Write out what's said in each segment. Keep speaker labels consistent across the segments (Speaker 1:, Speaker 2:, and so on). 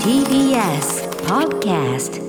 Speaker 1: TBS Podcast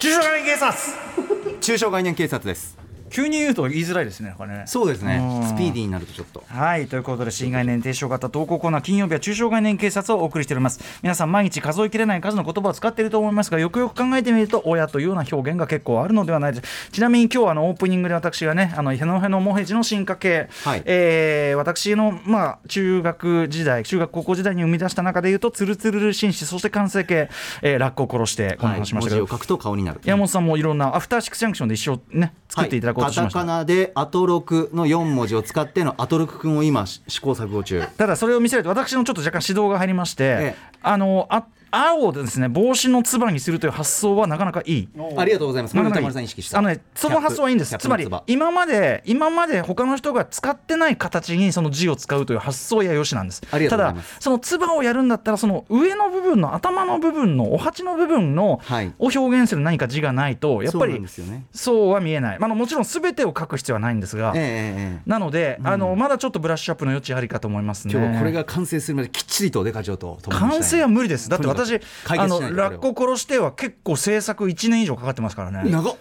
Speaker 2: 中小概念警察
Speaker 3: 中小概念警察です
Speaker 2: 急に言うと言いづらいですねなんかね
Speaker 3: そうですね
Speaker 2: うん
Speaker 3: スピーディーになるとちょっと
Speaker 2: はいということで新概念提唱型投稿コーナー金曜日は中小概念警察をお送りしております皆さん毎日数えきれない数の言葉を使っていると思いますがよくよく考えてみると親というような表現が結構あるのではないでしょうちなみに今日はあのオープニングで私がねあのへのへのもへじの進化系、
Speaker 3: はい
Speaker 2: えー私のまあ中学時代中学高校時代に生み出した中で言うとつるつるる紳士そして完成形、えーラッコを殺してこの
Speaker 3: はい、文
Speaker 2: 話しましたけ
Speaker 3: 字
Speaker 2: ど、
Speaker 3: を書くと顔になる
Speaker 2: 山本さんもいろんなアフターシックスジャンクションで一生ね作っていただこうとしました、
Speaker 3: はい、カタカナでアトロクの4文字を使ってのアトロクくんを今し試行錯誤中
Speaker 2: ただそれを見せると私のちょっと若干指導が入りまして、
Speaker 3: ええ
Speaker 2: あのあ青をですね帽子のつばにするという発想はなかなかいい。
Speaker 3: ありがとうございますこれ
Speaker 2: なか
Speaker 3: 歌
Speaker 2: な
Speaker 3: 丸さ
Speaker 2: かいい
Speaker 3: ん意識した
Speaker 2: あのね、その
Speaker 3: 100
Speaker 2: 発想はいいんです
Speaker 3: 100
Speaker 2: つまり
Speaker 3: の唾
Speaker 2: 今まで今まで他の人が使ってない形にその字を使うという発想やよしなんです
Speaker 3: ありが
Speaker 2: た
Speaker 3: とうござい
Speaker 2: だ
Speaker 3: ます
Speaker 2: そのつばをやるんだったらその上の部分の頭の部分のお鉢の部分の、
Speaker 3: はい
Speaker 2: を表現する何か字がないとやっぱ
Speaker 3: そうなん
Speaker 2: り
Speaker 3: ですよね
Speaker 2: そうは見えない、まああの、もちろん全てを書く必要はないんですが、
Speaker 3: ええええええ
Speaker 2: なので、あのまだちょっとブラッシュアップの余地ありかと思いますね。
Speaker 3: 今日はこれが完成するまできっちりとデカ嬢と共にしたい
Speaker 2: 完成は無理です。だって
Speaker 3: と
Speaker 2: 私
Speaker 3: にかく、解
Speaker 2: あ
Speaker 3: 決
Speaker 2: の
Speaker 3: しないと
Speaker 2: ラッコ殺しては結構制作1年以上かかってますからね。
Speaker 3: 長っ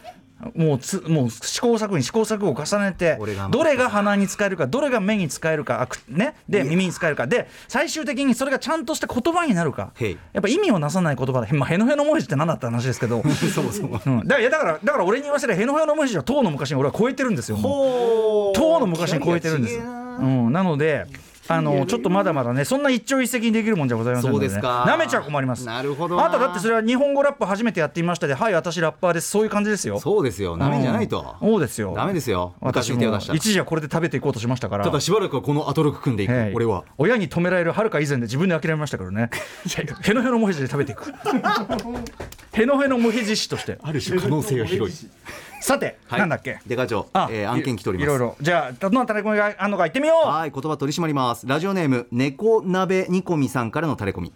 Speaker 2: もうつもう試行錯誤に試行錯誤を重ねて
Speaker 3: 俺が、
Speaker 2: どれが鼻に使えるか、どれが目に使えるか、あくね、で耳に使えるか、で最終的にそれがちゃんとした言葉になるか
Speaker 3: へい、
Speaker 2: やっぱ意味をなさない言葉で、まあへのへの文字って何だった話ですけど。
Speaker 3: そもそも
Speaker 2: うん、だからいやだからだから俺に言わせればへのへの文字は唐の昔に俺は超えてるんですよ。もう
Speaker 3: 唐
Speaker 2: 党の昔に超えてるんです。
Speaker 3: 違
Speaker 2: う、
Speaker 3: えなん
Speaker 2: なので。あのちょっとまだまだねそんな一朝一夕にできるもんじゃございませんので,、ね、
Speaker 3: そうですか
Speaker 2: なめちゃ困ります
Speaker 3: なるほどな
Speaker 2: あとだってそれは日本語ラップ初めてやってみましたではい私ラッパーですそういう感じですよ
Speaker 3: そうですよダメじゃないと
Speaker 2: うんそうですよ
Speaker 3: ダメですよ
Speaker 2: 私
Speaker 3: 私
Speaker 2: も
Speaker 3: に手を出したら
Speaker 2: 一時はこれで食べていこうとしましたから
Speaker 3: ただしばらくはこのアトロク組んでいく
Speaker 2: ええ
Speaker 3: 俺は
Speaker 2: 親に止められるはるか以前で自分で諦めましたから ねへへのへのもへじで食べていくへのへのもへじ師として
Speaker 3: ある種可能性が広い
Speaker 2: さて、
Speaker 3: はい
Speaker 2: なんだっけ
Speaker 3: デカ長、
Speaker 2: あ
Speaker 3: えー案件来ております
Speaker 2: いろいろじゃあどんな垂れ込みがあんのか言ってみよう
Speaker 3: はい言葉取り締まりますラジオネーム猫鍋煮込みさんからのタレコミ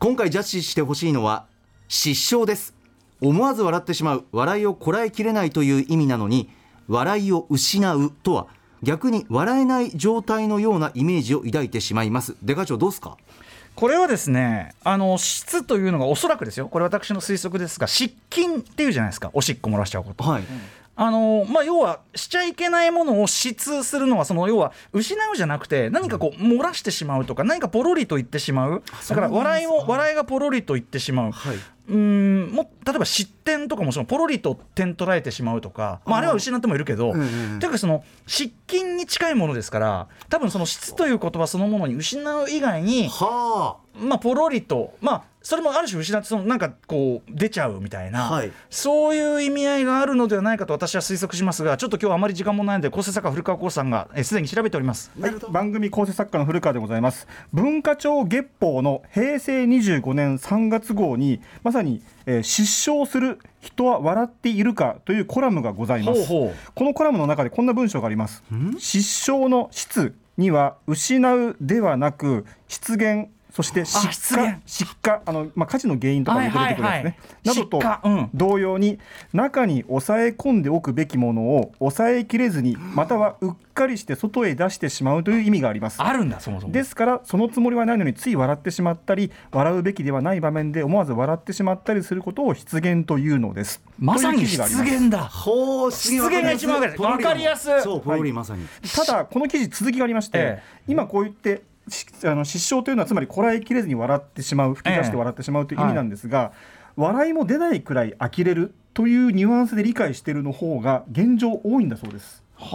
Speaker 3: 今回ジャッジしてほしいのは失笑です思わず笑ってしまう笑いをこらえきれないという意味なのに笑いを失うとは逆に笑えない状態のようなイメージを抱いてしまいますデカ長どうすか
Speaker 2: これはですねあの質というのがおそらくですよこれ私の推測ですが失禁っていうじゃないですかおしっこ漏らしちゃうこと
Speaker 3: はい、
Speaker 2: あのまあ要はしちゃいけないものを質するのはその要は失うじゃなくて何かこう漏らしてしまうとか何かポロリと言ってしまうだから笑いを笑いがポロリと言ってしまう、
Speaker 3: はいう
Speaker 2: ーんもう例えば失点とかもそのポロリと点捉えてしまうとかまあ、あれは失ってもいるけど、
Speaker 3: んうんうん
Speaker 2: というかその失禁に近いものですから多分その質という言葉そのものに失う以外に
Speaker 3: は
Speaker 2: まあ、ポロリと、まあ、それもある種失ってそのなんかこう出ちゃうみたいな、
Speaker 3: はい
Speaker 2: そういう意味合いがあるのではないかと私は推測しますがちょっと今日はあまり時間もないので構成作家古川光さんがえすでに調べております。
Speaker 4: はい、番組構成作家の古川でございます文化庁月報の平成25年3月号にまさに、えー失笑する人は笑っているかというコラムがございま
Speaker 2: ほ
Speaker 4: す
Speaker 2: うほう
Speaker 4: このコラムの中でこんな文章があります失笑の質には失うではなく失言そして失
Speaker 2: あ
Speaker 4: 火失火あの、まあ、火事の原因とかに出てくるやつね、
Speaker 2: はいはいはい
Speaker 4: な
Speaker 2: 失
Speaker 4: ど
Speaker 2: 火うん
Speaker 4: と同様に中に抑え込んでおくべきものを抑えきれずにまたはうっかりして外へ出してしまうという意味があります。
Speaker 2: あるんだそもそも
Speaker 4: ですからそのつもりはないのについ笑ってしまったり笑うべきではない場面で思わず笑ってしまったりすることを失言というのです。
Speaker 2: まさ
Speaker 4: とい
Speaker 2: に
Speaker 4: う記事があり
Speaker 2: 失
Speaker 4: ます
Speaker 2: 言だ
Speaker 3: あほう
Speaker 2: 失言が一番わかりやすいわかりやすい
Speaker 3: そうポロリまさに、
Speaker 4: ただこの記事続きがありまして、
Speaker 2: え
Speaker 4: 今こう言ってしあの失笑というのはつまりこらえきれずに笑ってしまう吹き出して笑ってしまうという意味なんですが、笑いも出ないくらい呆れるというニュアンスで理解しているの方が現状多いんだそうです
Speaker 2: は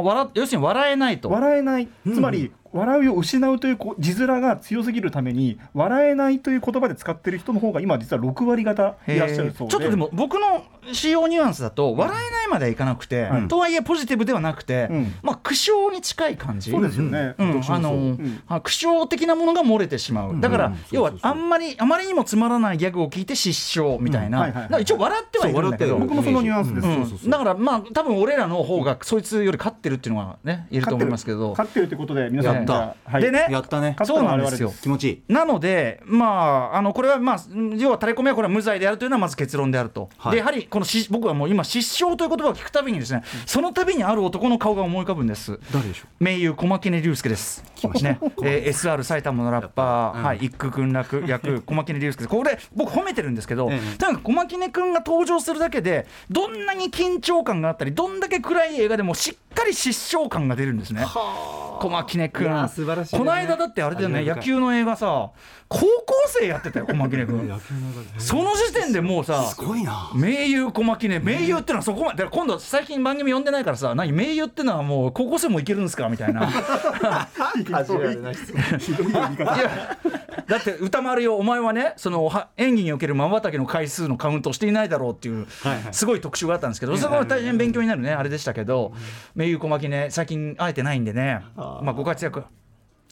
Speaker 2: あ笑っ要するに笑えないと
Speaker 4: 笑えないつまり、笑いを失うというこう字面が強すぎるために笑えないという言葉で使っている人の方が今実は6割方いらっしゃ
Speaker 2: へーち
Speaker 4: る
Speaker 2: ょ
Speaker 4: そう
Speaker 2: っ
Speaker 4: で
Speaker 2: とでも僕の使用ニュアンスだと笑えないまではいかなくて、
Speaker 3: うん
Speaker 2: とはいえポジティブではなくて、
Speaker 4: うん
Speaker 2: まあ苦笑に近い感じ
Speaker 4: そうですよね、
Speaker 2: うん、
Speaker 3: 私もそう
Speaker 2: あの、
Speaker 4: ん
Speaker 2: あ苦笑的なものが漏れてしまう。だから、
Speaker 3: うんうん
Speaker 2: 要は
Speaker 3: そうそうそう
Speaker 2: あんまりあまりにもつまらないギャグを聞いて失笑みたいな。
Speaker 4: うんはいはいはい
Speaker 2: だから一応笑ってはいるんだけど。
Speaker 3: そう
Speaker 4: 僕もそのニュアンスです、
Speaker 2: うん
Speaker 3: そうそうそう
Speaker 2: だからまあ多分俺らの方がそいつより勝ってるっていうのはね言えると思いますけど。
Speaker 4: 勝ってるってことで皆さん
Speaker 3: った
Speaker 4: はい
Speaker 2: でね
Speaker 3: やったね
Speaker 4: 勝
Speaker 2: そ
Speaker 4: った
Speaker 2: う
Speaker 4: のは
Speaker 2: なんで
Speaker 4: 我々です
Speaker 2: すよ。
Speaker 3: 気持ちいい
Speaker 2: なので、まあ、あのこれは、まあ、要はタレコミはこれは無罪であるというのはまず結論であると、
Speaker 3: はい
Speaker 2: でやはりこのし僕はもう今、失笑という言葉を聞くたびにです、ね、そのたびにある男の顔が思い浮かぶんです。
Speaker 3: 誰でしょ
Speaker 2: 名優小牧根龍介です。 ね、えー SR 埼玉のラッパー、はい、一区君楽 役小牧根龍介です。これ僕褒めてるんですけど、
Speaker 3: ええ
Speaker 2: とにかく小牧根君が登場するだけで、どんなに緊張感があったり、どんだけ暗い映画でもしっかり失笑感が出るんですね。小牧根君
Speaker 3: いや素晴らしいね
Speaker 2: この間だってあれだよ
Speaker 3: あ
Speaker 2: ね、
Speaker 3: りが
Speaker 2: 野
Speaker 3: たい
Speaker 2: 球の映画さ、高校生やってたよ小牧根
Speaker 3: う
Speaker 2: 君。その時点でもうさ。
Speaker 3: すごいな
Speaker 2: 名優小牧ね名優ってのはそこまでだから今度最近番組読んでないからさ何名優ってのはもう高校生もいけるんですかみたいな
Speaker 3: 恥じられない質問
Speaker 2: いやだって歌丸よお前はねそのは演技におけるまばたきの回数のカウントをしていないだろうっていう、
Speaker 3: はいはい
Speaker 2: すごい特集があったんですけどそこは大変勉強になるねあれでしたけど名優小牧ね最近会えてないんでね
Speaker 3: あー
Speaker 2: まあご活躍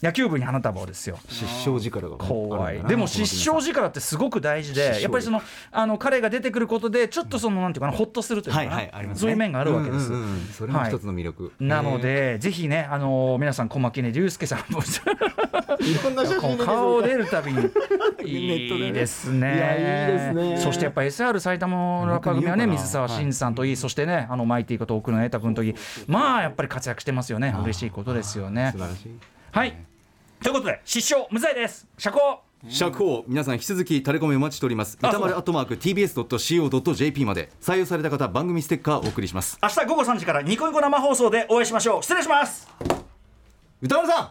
Speaker 2: 野球部に花束をですよ
Speaker 3: 失笑力が
Speaker 2: 怖いでも失笑力ってすごく大事でやっぱりそのあの彼が出てくることでちょっとそのなんていうかなほっとするというか
Speaker 3: はい
Speaker 2: な、
Speaker 3: はいありますね
Speaker 2: そういう面があるわけです。
Speaker 3: うんうんうんそれも一つの魅力
Speaker 2: なので、ぜひね、あのー皆さん、小牧ね、龍介さ んも、
Speaker 3: いろんな写
Speaker 2: こ
Speaker 3: 真
Speaker 2: う顔出るた びに、いいですね。
Speaker 3: いやいいですね
Speaker 2: そしてやっぱ SR 埼玉のラッパー組はね、
Speaker 3: 僕見ようかな
Speaker 2: 水沢慎さんといい、そしてね、あのマイティこと奥野瑛太君といい、まあ、やっぱり活躍してますよね、嬉しいことですよね
Speaker 3: 素晴。らしい
Speaker 2: はいということで、失笑、無罪です、釈放
Speaker 3: 釈放皆さん引き続きタレコミお待ちしております
Speaker 2: あ
Speaker 3: 歌丸アットマーク TBS.CO.JP まで採用された方番組ステッカーをお送りします
Speaker 2: 明日午後3時からニコニコ生放送でお会いしましょう。失礼します。
Speaker 3: 歌丸さん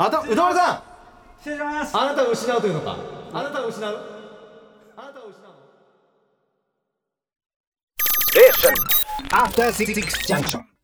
Speaker 3: あた歌丸さん
Speaker 2: 失礼します。
Speaker 3: あなたを失うというのかあなたを失うあなたを失うの
Speaker 5: After Six Junction.